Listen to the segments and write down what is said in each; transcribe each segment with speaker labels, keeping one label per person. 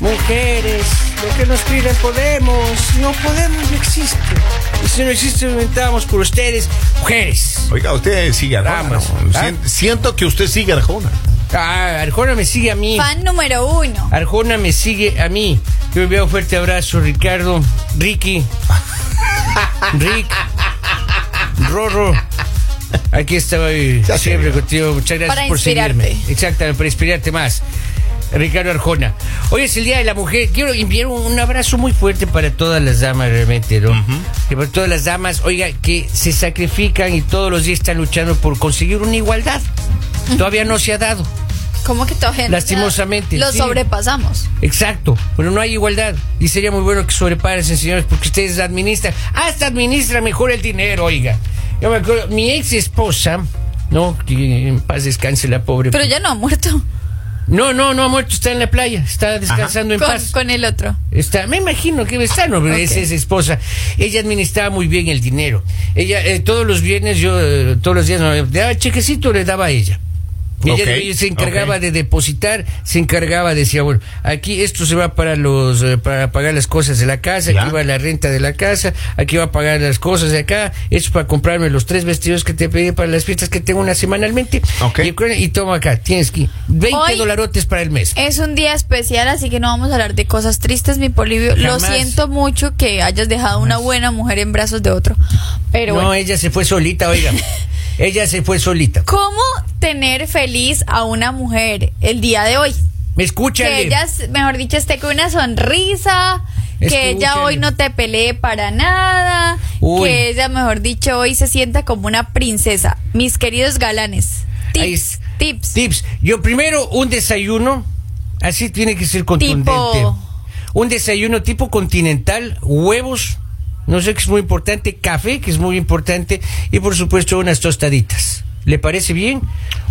Speaker 1: mujeres, lo que nos piden Podemos, no Podemos no existe. Y si no existe, lo inventamos por ustedes, mujeres.
Speaker 2: Oiga, usted sigue Arjona.
Speaker 1: Damas,
Speaker 2: ¿no?
Speaker 1: ¿ah?
Speaker 2: Sien- Siento que usted sigue Arjona.
Speaker 1: Ah, Arjona me sigue a mí.
Speaker 3: Fan número uno.
Speaker 1: Arjona me sigue a mí. Yo envío un fuerte abrazo, Ricardo, Ricky, Rick, Rorro. Aquí estaba hoy
Speaker 2: Ya se
Speaker 1: siempre
Speaker 2: vio.
Speaker 1: contigo. Muchas gracias
Speaker 3: Para
Speaker 1: por
Speaker 3: inspirarte.
Speaker 1: seguirme. Exactamente, para inspirarte más. Ricardo Arjona. Hoy es el Día de la Mujer. Quiero enviar un, un abrazo muy fuerte para todas las damas, realmente, ¿no? Que para todas las damas, oiga, que se sacrifican y todos los días están luchando por conseguir una igualdad. Todavía no se ha dado.
Speaker 3: ¿Cómo que todavía no?
Speaker 1: Lastimosamente,
Speaker 3: Lo
Speaker 1: sí.
Speaker 3: sobrepasamos.
Speaker 1: Exacto, pero no hay igualdad. Y sería muy bueno que sobrepasen, señores, porque ustedes administran. Hasta administra mejor el dinero, oiga. Yo me acuerdo, mi ex esposa, ¿no? Que en paz descanse la pobre.
Speaker 3: Pero ya no ha muerto.
Speaker 1: No, no, no ha muerto, está en la playa, está descansando en
Speaker 3: Con,
Speaker 1: paz.
Speaker 3: con el otro.
Speaker 1: Está, me imagino que está, no, pero
Speaker 3: Ok.
Speaker 1: esa es esposa. Ella administraba muy bien el dinero. Ella, eh, todos los viernes, yo, eh, todos los días, no, le daba chequecito, le daba a ella. Y ella
Speaker 2: Ok,
Speaker 1: y se encargaba
Speaker 2: ok.
Speaker 1: de depositar, se encargaba, decía, bueno, aquí esto se va para los, eh, para pagar las cosas de la casa,
Speaker 2: Ya.
Speaker 1: aquí va la renta de la casa, aquí va a pagar las cosas de acá, esto es para comprarme los tres vestidos que te pedí para las fiestas que tengo una semanalmente.
Speaker 2: Ok.
Speaker 1: Y, y toma acá, tienes que 20
Speaker 3: Hoy-
Speaker 1: dolarotes para el mes.
Speaker 3: Es un día especial, así que no vamos a hablar de cosas tristes, mi Polivio. Lo
Speaker 1: Jamás.
Speaker 3: siento mucho que hayas dejado una buena mujer en brazos de otro. Pero
Speaker 1: no, eh.
Speaker 3: bueno.
Speaker 1: ella se fue solita, oiga. ella se fue solita.
Speaker 3: ¿Cómo tener feliz a una mujer el día de hoy?
Speaker 1: Me
Speaker 3: Que
Speaker 1: escuchan.
Speaker 3: ella, s- mejor dicho, esté con una sonrisa, que ella
Speaker 1: Escúchale.
Speaker 3: hoy no te pelee para nada,
Speaker 1: Uy.
Speaker 3: que ella, mejor dicho, hoy se sienta como una princesa. Mis queridos galanes,
Speaker 1: Ahí
Speaker 3: tips,
Speaker 1: es.
Speaker 3: tips.
Speaker 1: Tips. Yo primero un desayuno, así tiene que ser contundente.
Speaker 3: Tipo-
Speaker 1: Un desayuno tipo continental, huevos, no sé qué es muy importante, café, que es muy importante, y por supuesto unas tostaditas. ¿Le parece bien?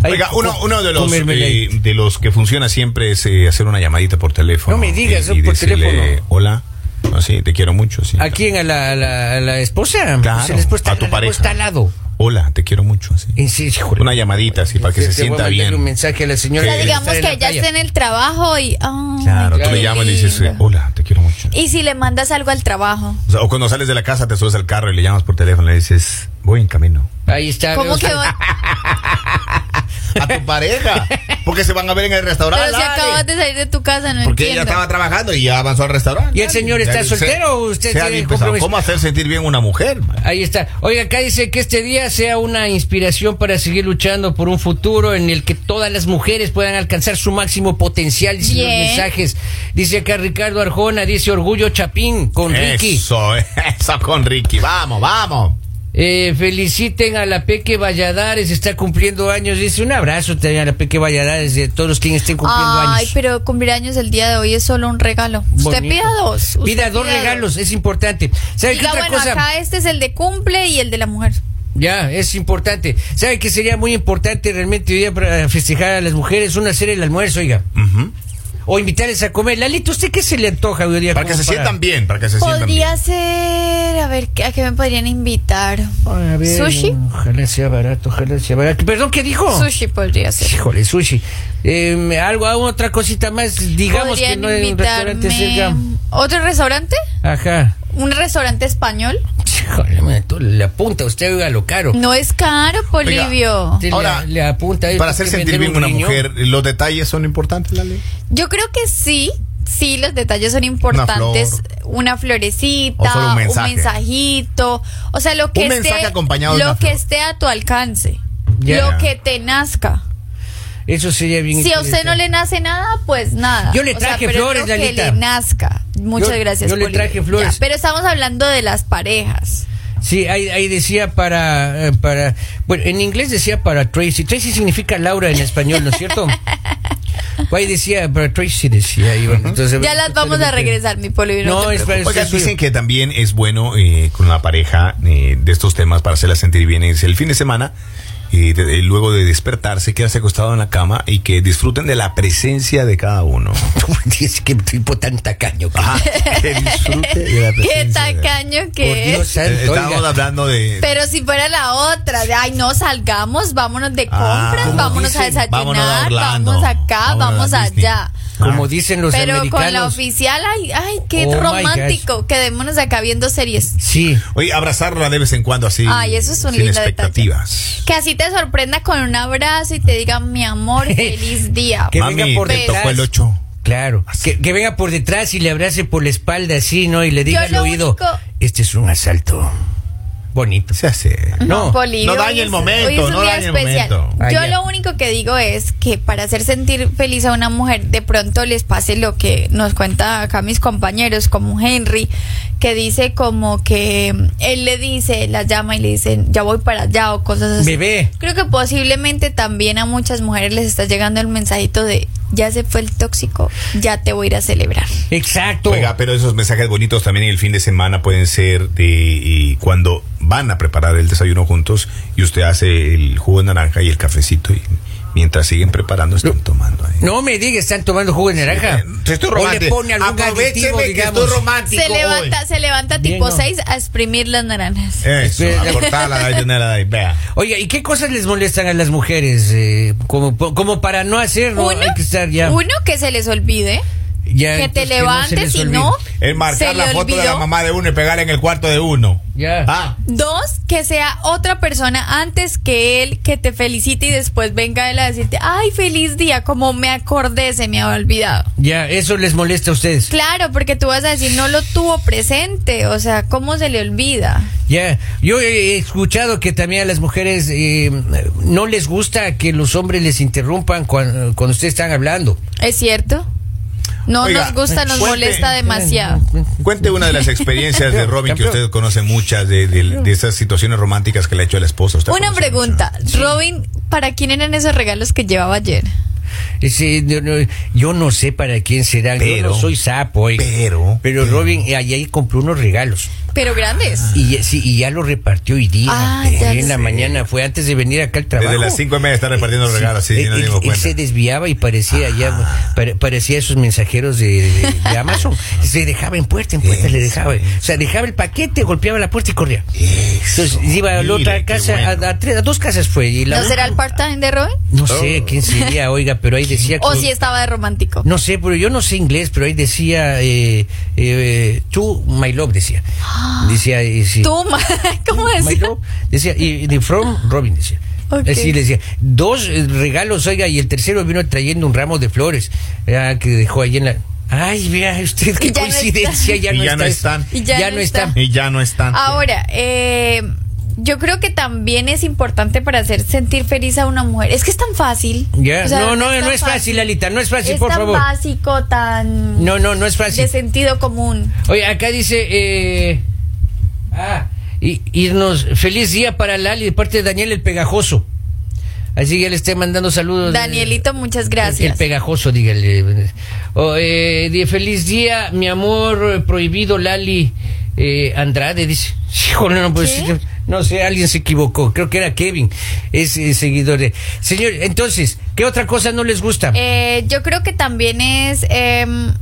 Speaker 1: Ahí
Speaker 2: Oiga,
Speaker 1: co-
Speaker 2: uno, uno de los
Speaker 1: comérmela ahí.
Speaker 2: eh, de los que funciona siempre es eh, hacer una llamadita por teléfono.
Speaker 1: No me digas,
Speaker 2: eh, y
Speaker 1: por
Speaker 2: decirle,
Speaker 1: teléfono.
Speaker 2: Hola. Así, te quiero mucho. sí.
Speaker 1: ¿A quién? ¿A la, a la, a la esposa?
Speaker 2: Claro,
Speaker 1: Pues la esposa
Speaker 2: a
Speaker 1: está-
Speaker 2: tu
Speaker 1: la
Speaker 2: pareja.
Speaker 1: esposa está al lado.
Speaker 2: Hola, te quiero mucho. así.
Speaker 1: En sí, híjole.
Speaker 2: Una llamadita así para que
Speaker 1: Te
Speaker 2: se
Speaker 1: voy a
Speaker 2: sienta
Speaker 1: mandar un
Speaker 2: bien.
Speaker 1: mensaje a la
Speaker 3: O
Speaker 1: señora.
Speaker 3: sea,
Speaker 2: que
Speaker 3: digamos
Speaker 1: está en
Speaker 3: que
Speaker 1: la
Speaker 3: ella
Speaker 1: playa.
Speaker 3: esté en el trabajo y... ay,
Speaker 2: Claro, tú
Speaker 1: Qué
Speaker 2: le llamas y le dices,
Speaker 3: lindo.
Speaker 2: eh, hola, te quiero mucho.
Speaker 3: Y si le mandas algo al trabajo.
Speaker 2: O, sea, o cuando sales de la casa, te subes al carro y le llamas por teléfono y le dices, voy en camino.
Speaker 1: Ahí ah, está. ve
Speaker 3: ¿Cómo
Speaker 1: usted.
Speaker 3: que hoy?
Speaker 2: A tu pareja. Porque se van a ver en el restaurante.
Speaker 3: Pero si
Speaker 2: dale.
Speaker 3: acabas de salir de tu casa, no
Speaker 2: Porque ella
Speaker 3: entiendo.
Speaker 2: estaba trabajando y ya avanzó al restaurante.
Speaker 1: ¿Y el señor está
Speaker 2: se-
Speaker 1: soltero o usted
Speaker 2: sea
Speaker 1: tiene
Speaker 2: bien pesado.
Speaker 1: compromiso?
Speaker 2: ¿Cómo hacer sentir bien una mujer? man?
Speaker 1: Ahí está. Oiga, acá dice que este día sea una inspiración para seguir luchando por un futuro en el que todas las mujeres puedan alcanzar su máximo potencial. Dice los
Speaker 3: Bien.
Speaker 1: mensajes. Dice acá Ricardo Arjona, dice Orgullo Chapín con Ricky.
Speaker 2: Eso, eso con Ricky. Vamos, vamos.
Speaker 1: Eh, feliciten a la Peque Valladares, está cumpliendo años. Dice un abrazo también a la Peque Valladares y a todos los quienes estén cumpliendo
Speaker 3: Ay,
Speaker 1: años.
Speaker 3: pero cumplir años el día de hoy es solo un regalo. Usted
Speaker 1: Bonito.
Speaker 3: pida dos. usted
Speaker 1: Pida dos regalos, es importante. ¿Sabe qué
Speaker 3: Diga,
Speaker 1: otra
Speaker 3: bueno,
Speaker 1: cosa?
Speaker 3: acá este es el de cumple y el de la mujer.
Speaker 1: Ya, es importante. ¿Sabe que sería muy importante realmente hoy día para festejar a las mujeres? Una hacer el almuerzo, oiga.
Speaker 2: Ujú.
Speaker 1: O invitarles a comer. Lalito, ¿usted qué se le antoja hoy día?
Speaker 2: Para que
Speaker 1: como
Speaker 2: se sientan bien, para que se sientan bien.
Speaker 3: Podría ser, a ver, ¿qué- ¿a qué me podrían invitar?
Speaker 1: A ver,
Speaker 3: ¿Sushi?
Speaker 1: Ojalá sea barato, ojalá sea barato. ¿Perdón, qué dijo?
Speaker 3: Sushi podría ser.
Speaker 1: Híjole, sushi. Eh, algo, alguna otra cosita más. Digamos que
Speaker 3: ¿Podrían
Speaker 1: no hay un restaurante cerca.
Speaker 3: invitarme otro restaurante?
Speaker 1: Ajá.
Speaker 3: ¿Un restaurante español?
Speaker 1: Híjole, man, tú le apunta usted oiga lo caro.
Speaker 3: No es caro, Polivio.
Speaker 1: Usted le-
Speaker 2: Ahora,
Speaker 1: le, apunta. eh,
Speaker 2: Para
Speaker 1: ¿por qué
Speaker 2: hacer
Speaker 1: vender
Speaker 2: sentir bien
Speaker 1: un
Speaker 2: una
Speaker 1: riñón?
Speaker 2: mujer, los detalles son importantes, Lali.
Speaker 3: Yo creo que sí, sí, los detalles son importantes. Una florecita,
Speaker 2: O solo un
Speaker 3: un,
Speaker 2: mensaje.
Speaker 3: mensajito. O sea, lo que
Speaker 2: Un
Speaker 3: esté,
Speaker 2: mensaje acompañado de
Speaker 3: lo
Speaker 2: una
Speaker 3: que
Speaker 2: flor.
Speaker 3: esté a tu alcance.
Speaker 1: Ya.
Speaker 3: Lo que te nazca.
Speaker 1: Eso sería bien
Speaker 3: Si a usted no
Speaker 1: interesante.
Speaker 3: le nace nada, pues nada.
Speaker 1: Yo le traje
Speaker 3: pero
Speaker 1: flores,
Speaker 3: lo que
Speaker 1: Lalita.
Speaker 3: le nazca. Muchas
Speaker 1: Yo-
Speaker 3: gracias.
Speaker 1: yo le
Speaker 3: Bolivia.
Speaker 1: traje flores.
Speaker 3: Ya, pero estamos hablando de las parejas.
Speaker 1: Sí, ahí, ahí decía para, eh, para, bueno, en inglés decía para Tracy. Tracy significa Laura en español, ¿no es cierto? ahí decía para Tracy, decía. ahí, bueno, entonces-
Speaker 3: Ya las vamos a regresar, mi polvo.
Speaker 1: No,
Speaker 3: te
Speaker 1: es
Speaker 3: preocupes.
Speaker 1: Eso
Speaker 2: Oiga,
Speaker 1: suyo.
Speaker 2: dicen que también es bueno eh, con la pareja eh, de estos temas para hacerla sentir bien. Es el fin de semana, y de- de- luego de despertarse, quedarse acostado en la cama y que disfruten de la presencia de cada uno.
Speaker 1: Dice que tipo tan tacaño. que-
Speaker 2: Ajá, que disfrute de la presencia.
Speaker 3: Qué
Speaker 2: de-
Speaker 3: tacaño
Speaker 1: Por
Speaker 3: que
Speaker 1: Dios
Speaker 3: es.
Speaker 1: santo,
Speaker 2: Eh, Estábamos
Speaker 1: oiga.
Speaker 2: hablando de...
Speaker 3: Pero si fuera la otra, de ay, no salgamos, vámonos de
Speaker 2: Ah,
Speaker 3: compras,
Speaker 2: como
Speaker 3: vámonos a
Speaker 2: dicen,
Speaker 3: desayunar,
Speaker 2: vámonos
Speaker 3: vámonos,
Speaker 2: a Orlando,
Speaker 3: acá,
Speaker 2: vámonos
Speaker 3: vamos
Speaker 2: a Disney.
Speaker 3: allá.
Speaker 1: como dicen los
Speaker 3: Pero
Speaker 1: americanos.
Speaker 3: con la oficial, ay, ay, qué
Speaker 1: Oh my
Speaker 3: romántico. Quedémonos acá viendo series.
Speaker 1: Sí.
Speaker 2: Oye, abrazarla de vez en cuando así.
Speaker 3: Ay, eso es un
Speaker 2: sin
Speaker 3: lindo
Speaker 2: expectativas.
Speaker 3: Que así te sorprenda con un abrazo y te diga, mi amor, feliz día.
Speaker 1: Que
Speaker 2: Mami,
Speaker 1: venga por
Speaker 2: te
Speaker 1: detrás.
Speaker 2: tocó el 8.
Speaker 1: Claro, que, que venga por detrás y le abrace por la espalda así, ¿no? Y le diga
Speaker 3: Yo
Speaker 1: al
Speaker 3: lo
Speaker 1: oído,
Speaker 3: único-
Speaker 1: este es un asalto bonito.
Speaker 2: Se hace.
Speaker 1: No,
Speaker 3: Poli,
Speaker 2: no
Speaker 3: hoy
Speaker 2: dañe el
Speaker 3: es-
Speaker 2: momento,
Speaker 3: hoy es un
Speaker 2: no
Speaker 3: día
Speaker 2: dañe el
Speaker 3: especial.
Speaker 2: momento.
Speaker 1: Ah,
Speaker 3: Yo
Speaker 1: ya.
Speaker 3: lo único que digo es que para hacer sentir feliz a una mujer, de pronto les pase lo que nos cuenta acá mis compañeros, como Henry, que dice como que mm, él le dice, la llama y le dicen, ya voy para allá o cosas así.
Speaker 1: Bebé.
Speaker 3: Creo que posiblemente también a muchas mujeres les está llegando el mensajito de, ya se fue el tóxico, ya te voy a ir a celebrar.
Speaker 1: exacto.
Speaker 2: Oiga, pero esos mensajes bonitos también el fin de semana pueden ser de y cuando van a preparar el desayuno juntos y usted hace el jugo de naranja y el cafecito y mientras siguen preparando están tomando ahí.
Speaker 1: no me digas, están tomando jugo de naranja.
Speaker 2: Te eh, estoy
Speaker 1: O le
Speaker 2: romántico.
Speaker 1: pone algún aditivo,
Speaker 2: Aprovecheme que
Speaker 1: digamos.
Speaker 2: estoy romántico.
Speaker 3: Se levanta, se levanta
Speaker 1: Bien,
Speaker 3: tipo
Speaker 1: ¿no?
Speaker 3: 6 a exprimir las naranjas.
Speaker 2: hoy. Eso,
Speaker 1: Espera.
Speaker 2: a cortarla, a llenarla de ahí, vea.
Speaker 1: Oiga, ¿y qué cosas les molestan a las mujeres? Eh, como, como para no hacerlo,
Speaker 3: Uno,
Speaker 1: hay que estar ya.
Speaker 3: uno que se les olvide.
Speaker 1: ya,
Speaker 3: que
Speaker 1: entonces,
Speaker 3: te
Speaker 1: no se les
Speaker 3: levantes y
Speaker 1: olvide.
Speaker 3: no.
Speaker 2: Es marcar
Speaker 3: se
Speaker 2: la
Speaker 3: le
Speaker 2: foto de la
Speaker 3: olvidó.
Speaker 2: mamá de uno y pegar en el cuarto de uno.
Speaker 1: Ya.
Speaker 2: Ah,
Speaker 3: Dos, que sea otra persona antes que él que te felicite y después venga él a decirte, ay, feliz día, como me acordé, se me había olvidado.
Speaker 1: Ya, eso les molesta a ustedes.
Speaker 3: Claro, porque tú vas a decir, no lo tuvo presente, o sea, ¿cómo se le olvida?
Speaker 1: Ya, yo he escuchado que también a las mujeres eh, no les gusta que los hombres les interrumpan cuan- cuando, ustedes están hablando.
Speaker 3: ¿Es cierto? No
Speaker 2: Oiga,
Speaker 3: nos gusta, nos
Speaker 2: suelte.
Speaker 3: molesta demasiado.
Speaker 2: Cuente una de las experiencias de Robin que
Speaker 1: Campeón.
Speaker 2: usted conoce muchas de, de- de esas situaciones románticas que le ha hecho el esposo. Usted
Speaker 3: Una
Speaker 2: conoce
Speaker 3: pregunta, Robin, ¿para quién eran esos regalos que llevaba ayer?
Speaker 1: Ese, eh, no, no, yo no sé para quién serán, yo
Speaker 2: Pero-
Speaker 1: no soy sapo. oiga.
Speaker 2: pero-
Speaker 1: pero, Robin eh, ahí, ahí compró unos regalos
Speaker 3: Pero grandes.
Speaker 1: y, ya- sí, y ya lo repartió hoy día.
Speaker 3: Ah,
Speaker 1: eh,
Speaker 3: ya
Speaker 1: en la
Speaker 3: sé.
Speaker 1: mañana fue antes de venir acá al trabajo.
Speaker 2: Desde las cinco y media está repartiendo regalos, sí,
Speaker 1: él,
Speaker 2: no
Speaker 1: él-
Speaker 2: dimos
Speaker 1: él
Speaker 2: cuenta. Ah.
Speaker 1: se desviaba y parecía ya pare- parecía esos mensajeros de, de- de Amazon. Se dejaba en puerta, en puerta,
Speaker 2: Eso.
Speaker 1: le dejaba. O sea, dejaba el paquete, golpeaba la puerta y corría.
Speaker 2: Eso,
Speaker 1: Entonces iba a la
Speaker 2: mire,
Speaker 1: otra
Speaker 2: qué
Speaker 1: casa,
Speaker 2: bueno.
Speaker 1: a, a tres- a dos casas fue. Y la
Speaker 3: ¿No será el part-time de Robin?
Speaker 1: No sé
Speaker 2: Oh.
Speaker 1: quién sería, oiga, pero ahí decía.
Speaker 3: O
Speaker 1: que-
Speaker 3: si estaba de romántico.
Speaker 1: No sé, pero yo no sé inglés, pero ahí decía. Eh, eh, tú, my love, decía.
Speaker 3: Ah.
Speaker 1: Decía. eh, sí.
Speaker 3: Tú, ma- ¿cómo
Speaker 1: My
Speaker 3: decir?
Speaker 1: love, decía, y de From Robin decía.
Speaker 3: Ok.
Speaker 1: Así le decía, dos eh, regalos, oiga, y el tercero vino trayendo un ramo de flores ah, que dejó ahí en la. Ay, vea usted, qué
Speaker 3: Y ya no
Speaker 1: coincidencia,
Speaker 3: está.
Speaker 1: ya
Speaker 2: Y
Speaker 1: no
Speaker 2: ya no
Speaker 1: está.
Speaker 2: están.
Speaker 3: Y ya no está.
Speaker 2: Y ya no están.
Speaker 3: Ahora, eh, yo creo que también es importante para hacer sentir feliz a una mujer. Es que es tan fácil.
Speaker 1: Ya,
Speaker 3: O sea,
Speaker 1: no, no,
Speaker 3: tan
Speaker 1: no es fácil, Lalita, no es fácil, por
Speaker 3: tan
Speaker 1: favor.
Speaker 3: básico, tan
Speaker 1: No, no, no es fácil.
Speaker 3: de sentido común.
Speaker 1: Oye, acá dice. Eh, ah, y, irnos. Feliz día para Lali de parte de Daniel el Pegajoso. Así que le esté mandando saludos.
Speaker 3: Danielito, muchas
Speaker 1: El
Speaker 3: gracias.
Speaker 1: pegajoso, dígale. O, eh, di- feliz día, mi amor eh, prohibido, Lali eh, Andrade, dice. Híjole, no puede
Speaker 3: ¿Qué?
Speaker 1: ser. No sé, alguien se equivocó. Creo que era Kevin, es eh, seguidor de. Señor, entonces, ¿qué otra cosa no les gusta?
Speaker 3: Eh, yo creo que también es, em,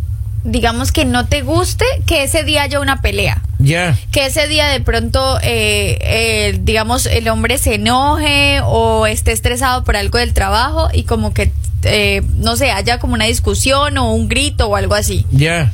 Speaker 3: digamos que no te guste que ese día haya una pelea.
Speaker 1: ya.
Speaker 3: que ese día de pronto, eh, eh, digamos, el hombre se enoje o esté estresado por algo del trabajo y como que, eh, no sé, haya como una discusión o un grito o algo así.
Speaker 1: Ya.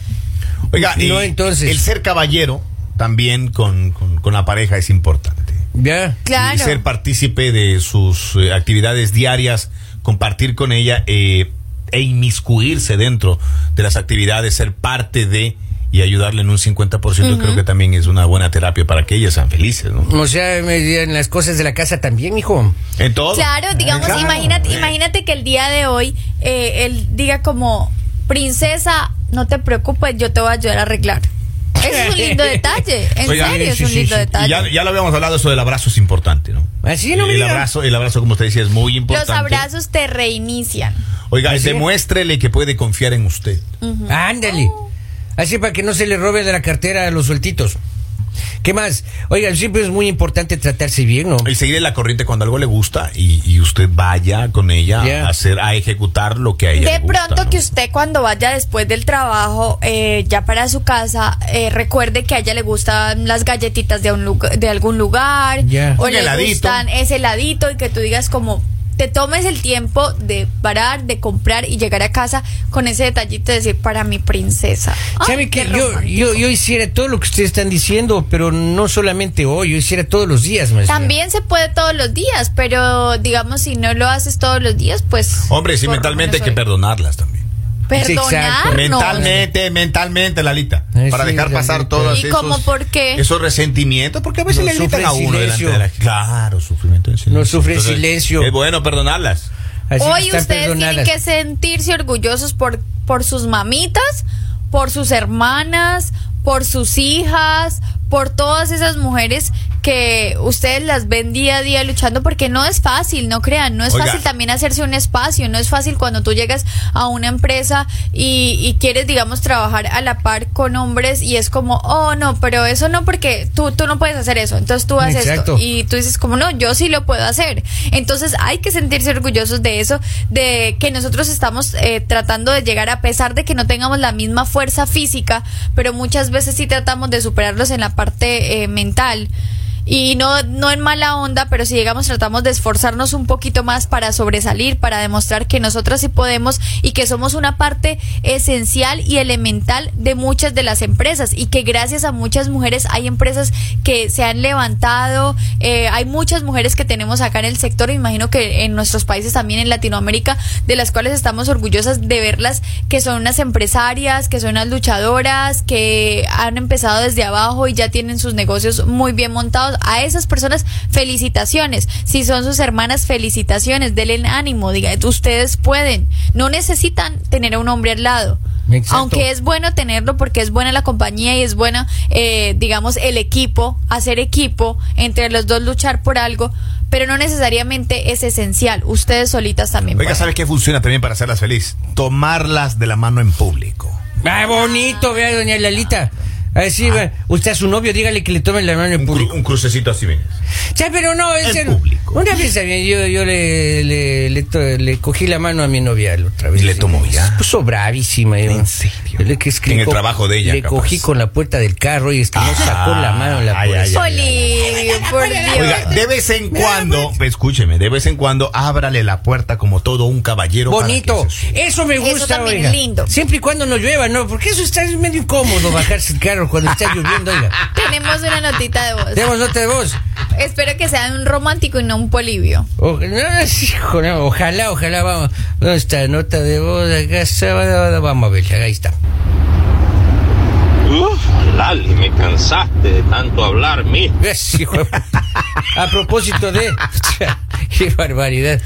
Speaker 2: Oiga, y
Speaker 1: No, entonces.
Speaker 2: el ser caballero también con, con- con la pareja es importante.
Speaker 1: Ya.
Speaker 3: Claro.
Speaker 2: Y ser partícipe de sus eh, actividades diarias, compartir con ella eh, e inmiscuirse dentro de las actividades, ser parte de y ayudarle en un 50%, creo que también es una buena terapia para que ellas sean felices, ¿no?
Speaker 1: O sea, me- en las cosas de la casa también, hijo.
Speaker 2: En todo.
Speaker 3: Claro, digamos,
Speaker 2: Claro.
Speaker 3: imagínate,
Speaker 2: Eh,
Speaker 3: imagínate que el día de hoy eh, él diga como, princesa, no te preocupes, yo te voy a ayudar a arreglar. Ese es un lindo detalle, en
Speaker 2: Oiga,
Speaker 3: serio,
Speaker 1: eh,
Speaker 3: es
Speaker 1: sí,
Speaker 3: un
Speaker 1: sí,
Speaker 3: lindo
Speaker 1: sí.
Speaker 2: Y
Speaker 3: detalle.
Speaker 2: ya, ya lo habíamos hablado, eso del abrazo es importante, ¿no?
Speaker 1: Así Pues no me
Speaker 2: el
Speaker 1: diga.
Speaker 2: abrazo, el abrazo, como usted decía, es muy
Speaker 3: Los
Speaker 2: importante.
Speaker 3: abrazos te reinician.
Speaker 2: Oiga,
Speaker 1: Así es.
Speaker 2: demuéstrele que puede confiar en usted.
Speaker 1: Ándale.
Speaker 3: Oh.
Speaker 1: Así para que no se le robe de la cartera a los sueltitos. ¿Qué más? Oigan, siempre es muy importante tratarse bien, ¿no?
Speaker 2: El seguir en la corriente cuando algo le gusta y, y usted vaya con ella
Speaker 1: Ya.
Speaker 2: a hacer, a ejecutar lo que a ella le
Speaker 3: De
Speaker 2: gusta,
Speaker 3: pronto
Speaker 2: ¿no?
Speaker 3: que usted cuando vaya después del trabajo, eh, ya para su casa, eh, recuerde que a ella le gustan las galletitas de, un lugar, de algún lugar,
Speaker 1: Ya.
Speaker 3: o
Speaker 2: Un
Speaker 3: le
Speaker 2: heladito.
Speaker 3: gustan ese heladito y que tú digas como, te tomes el tiempo de parar, de comprar y llegar a casa con ese detallito de decir para mi princesa. Ah, Ay,
Speaker 1: ¿Sabe qué?
Speaker 3: qué
Speaker 1: Yo,
Speaker 3: romántico.
Speaker 1: yo, yo hiciera todo lo que ustedes están diciendo, pero no solamente hoy, yo hiciera todos los días más. bien.
Speaker 3: También se puede todos los días, pero digamos si no lo haces todos los días, pues
Speaker 2: Hombre, sí,
Speaker 3: por lo
Speaker 2: mentalmente hay
Speaker 3: menos
Speaker 2: que
Speaker 3: hoy.
Speaker 2: perdonarlas también.
Speaker 1: Exacto.
Speaker 3: Perdonarnos.
Speaker 2: Mentalmente, mentalmente, Lalita.
Speaker 1: Eh,
Speaker 2: para
Speaker 1: Ah, sí,
Speaker 2: dejar pasar
Speaker 1: Lalita.
Speaker 2: todos
Speaker 3: ¿Y
Speaker 2: esos,
Speaker 3: cómo por qué?
Speaker 2: esos resentimientos, porque a veces
Speaker 1: No
Speaker 2: le gritan
Speaker 1: sufre
Speaker 2: a uno delante
Speaker 1: silencio.
Speaker 2: de la Claro, sufrimiento en silencio.
Speaker 1: No sufre
Speaker 2: Entonces,
Speaker 1: silencio.
Speaker 2: Es bueno perdonarlas.
Speaker 1: Así que
Speaker 3: Hoy
Speaker 1: están
Speaker 3: ustedes tienen
Speaker 1: perdonadas.
Speaker 3: que sentirse orgullosos por, por sus mamitas, por sus hermanas, por sus hijas, por todas esas mujeres que ustedes las ven día a día luchando porque no es fácil, no crean, no es
Speaker 2: Oiga.
Speaker 3: fácil también hacerse un espacio, no es fácil cuando tú llegas a una empresa y, y quieres, digamos, trabajar a la par con hombres y es como, oh, no, pero eso no porque tú, tú no puedes hacer eso, entonces tú haces
Speaker 1: Exacto.
Speaker 3: esto y y tú dices como no, yo sí lo puedo hacer. Entonces hay que sentirse orgullosos de eso, de que nosotros estamos eh, tratando de llegar a pesar de que no tengamos la misma fuerza física, pero muchas veces sí tratamos de superarlos en la parte eh, mental. Y no, no en mala onda, pero si llegamos tratamos de esforzarnos un poquito más para sobresalir, para demostrar que nosotras sí podemos y que somos una parte esencial y elemental de muchas de las empresas y que gracias a muchas mujeres hay empresas que se han levantado, eh, hay muchas mujeres que tenemos acá en el sector, imagino que en nuestros países también en Latinoamérica, de las cuales estamos orgullosas de verlas, que son unas empresarias, que son unas luchadoras, que han empezado desde abajo y ya tienen sus negocios muy bien montados. A esas personas, felicitaciones. Si son sus hermanas, felicitaciones, denle ánimo, diga, ustedes pueden. No necesitan tener a un hombre al lado.
Speaker 1: Exacto.
Speaker 3: Aunque es bueno tenerlo porque es buena la compañía y es buena, eh, digamos, el equipo, hacer equipo, entre los dos luchar por algo, pero no necesariamente es esencial. Ustedes solitas también.
Speaker 2: Oiga,
Speaker 3: pueden.
Speaker 2: ¿sabes qué funciona también para hacerlas feliz? Tomarlas de la mano en público.
Speaker 1: Ah, bonito, vea, doña Lalita. Así,
Speaker 3: Ah.
Speaker 1: va. usted a su novio, dígale que le tomen la mano en
Speaker 2: Un, cru-
Speaker 1: público.
Speaker 2: un crucecito así, mire.
Speaker 1: Ya, pero no, es
Speaker 2: En
Speaker 1: ser-
Speaker 2: público.
Speaker 1: Una vez también yo, yo le, le, le to- le cogí la mano a mi novia la otra vez.
Speaker 2: ¿Y le tomó ya?
Speaker 1: Se puso bravísima. yo.
Speaker 2: ¿En serio?
Speaker 1: Yo le- que es que
Speaker 2: En el
Speaker 1: co-
Speaker 2: trabajo de ella,
Speaker 1: Le
Speaker 2: capaz. Ah,
Speaker 1: cogí con la puerta del carro y es que no sacó la mano en la
Speaker 2: Ay, ay,
Speaker 1: puerta.
Speaker 2: ay, ay.
Speaker 3: Oli, por Dios.
Speaker 2: Oiga, de vez en cuando, escúcheme, de vez en cuando ábrale la puerta como todo un caballero. para
Speaker 1: Bonito.
Speaker 2: que se suba.
Speaker 1: Eso me
Speaker 3: Eso
Speaker 1: gusta,
Speaker 3: también
Speaker 1: oiga.
Speaker 3: es lindo.
Speaker 1: Siempre y cuando no llueva, ¿no? Porque eso está medio incómodo bajarse el carro cuando está lloviendo, oiga.
Speaker 3: Tenemos una notita de voz.
Speaker 1: Tenemos nota de voz.
Speaker 3: Espero que sea un romántico y no un polivio.
Speaker 1: O- no, no, sí, hijo, no, ojalá, ojalá, vamos. ¿Dónde está? Nota de voz acá, sábado, vamos a ver, ahí está.
Speaker 4: Uf, Lali, me cansaste de tanto hablar, mijo.
Speaker 1: Ves, hijo de- A propósito de. ¡Qué barbaridad!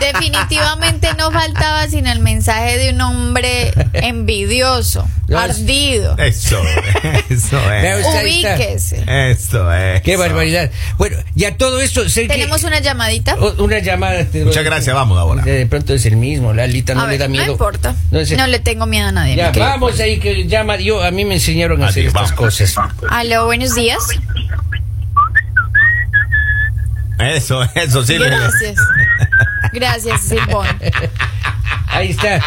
Speaker 3: Definitivamente no faltaba sino el mensaje de un hombre envidioso,
Speaker 1: No, es-
Speaker 3: ardido.
Speaker 2: Eso, eso
Speaker 1: Vea
Speaker 2: es.
Speaker 1: usted, ahí está.
Speaker 3: Ubíquese.
Speaker 2: Eso es.
Speaker 1: ¡Qué barbaridad! Bueno, ya todo esto. sé que-
Speaker 3: Tenemos una llamadita.
Speaker 1: o- una llamada. te-
Speaker 2: Muchas gracias, vamos ahora.
Speaker 1: De pronto es el mismo, Lalita, no
Speaker 3: A
Speaker 1: le
Speaker 3: ver,
Speaker 1: da miedo.
Speaker 3: No importa.
Speaker 1: No sé.
Speaker 3: No le tengo miedo a nadie.
Speaker 1: Ya,
Speaker 3: me quedo.
Speaker 1: vamos ahí que llama. Yo, a mí me enseñaron a
Speaker 2: Así,
Speaker 1: hacer estas
Speaker 2: vamos.
Speaker 1: cosas.
Speaker 3: Aló, buenos días.
Speaker 2: Eso, eso sí. le-
Speaker 3: Gracias. Gracias, Simón.
Speaker 1: Ahí está.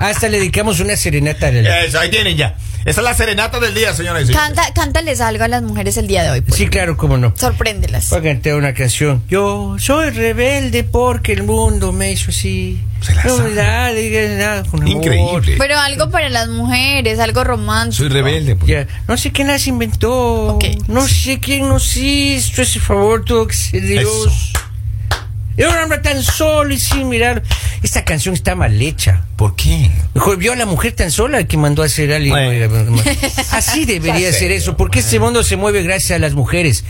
Speaker 1: Hasta le dedicamos una serenata a Lalita.
Speaker 2: Eso, ahí tienen ya. Esa es la serenata del día, señores.
Speaker 3: Canta, cántales algo a las mujeres el día de hoy. por
Speaker 1: Sí,
Speaker 3: favor.
Speaker 1: claro, cómo no.
Speaker 3: Sorpréndelas.
Speaker 1: Voy a cantar una canción. Yo soy rebelde porque el mundo me hizo así.
Speaker 2: Se la
Speaker 1: no
Speaker 2: sabe.
Speaker 1: me da, digas nada con amor.
Speaker 2: Increíble.
Speaker 3: Pero algo para las mujeres, algo romántico.
Speaker 2: Soy rebelde. pues.
Speaker 1: Ya, no sé quién las inventó.
Speaker 3: Ok.
Speaker 1: No sé quién nos hizo ese favor, tuvo que ser
Speaker 2: Eso.
Speaker 1: Dios. Era un hombre tan solo y sin mirar. Esta canción está mal hecha.
Speaker 2: ¿Por qué?
Speaker 1: Mejor vio a la mujer tan sola que mandó a hacer alguien.
Speaker 2: Bueno.
Speaker 1: Así debería
Speaker 2: Ya sé,
Speaker 1: ser eso, porque este mundo se mueve gracias a las mujeres.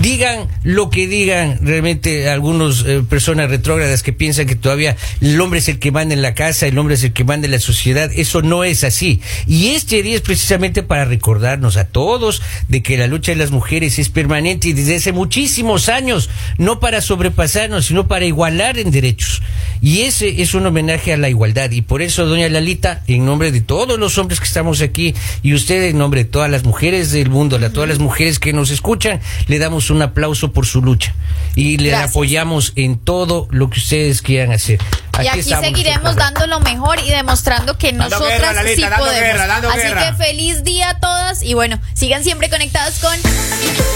Speaker 1: Digan lo que digan realmente algunas personas retrógradas que piensan que todavía el hombre es el que manda en la casa, el hombre es el que manda en la sociedad. Eso no es así. Y este día es precisamente para recordarnos a todos de que la lucha de las mujeres es permanente y desde hace muchísimos años, no para sobrepasarnos, sino para igualar en derechos. Y ese es un homenaje a la igualdad. Y por eso, doña Lalita, en nombre de todos los hombres que estamos aquí y usted en nombre de todas las mujeres del mundo, a todas las mujeres que nos escuchan, le damos un aplauso por su lucha. Y le
Speaker 3: Gracias.
Speaker 1: apoyamos en todo lo que ustedes quieran hacer.
Speaker 3: Y aquí
Speaker 1: estamos,
Speaker 3: seguiremos
Speaker 1: doctora.
Speaker 3: dando lo mejor y demostrando que
Speaker 2: Dando
Speaker 3: nosotras
Speaker 2: guerra, Lalita,
Speaker 3: sí
Speaker 2: dando
Speaker 3: podemos.
Speaker 2: guerra, dando
Speaker 3: Así
Speaker 2: guerra.
Speaker 3: que feliz día a todas y bueno, sigan siempre conectados con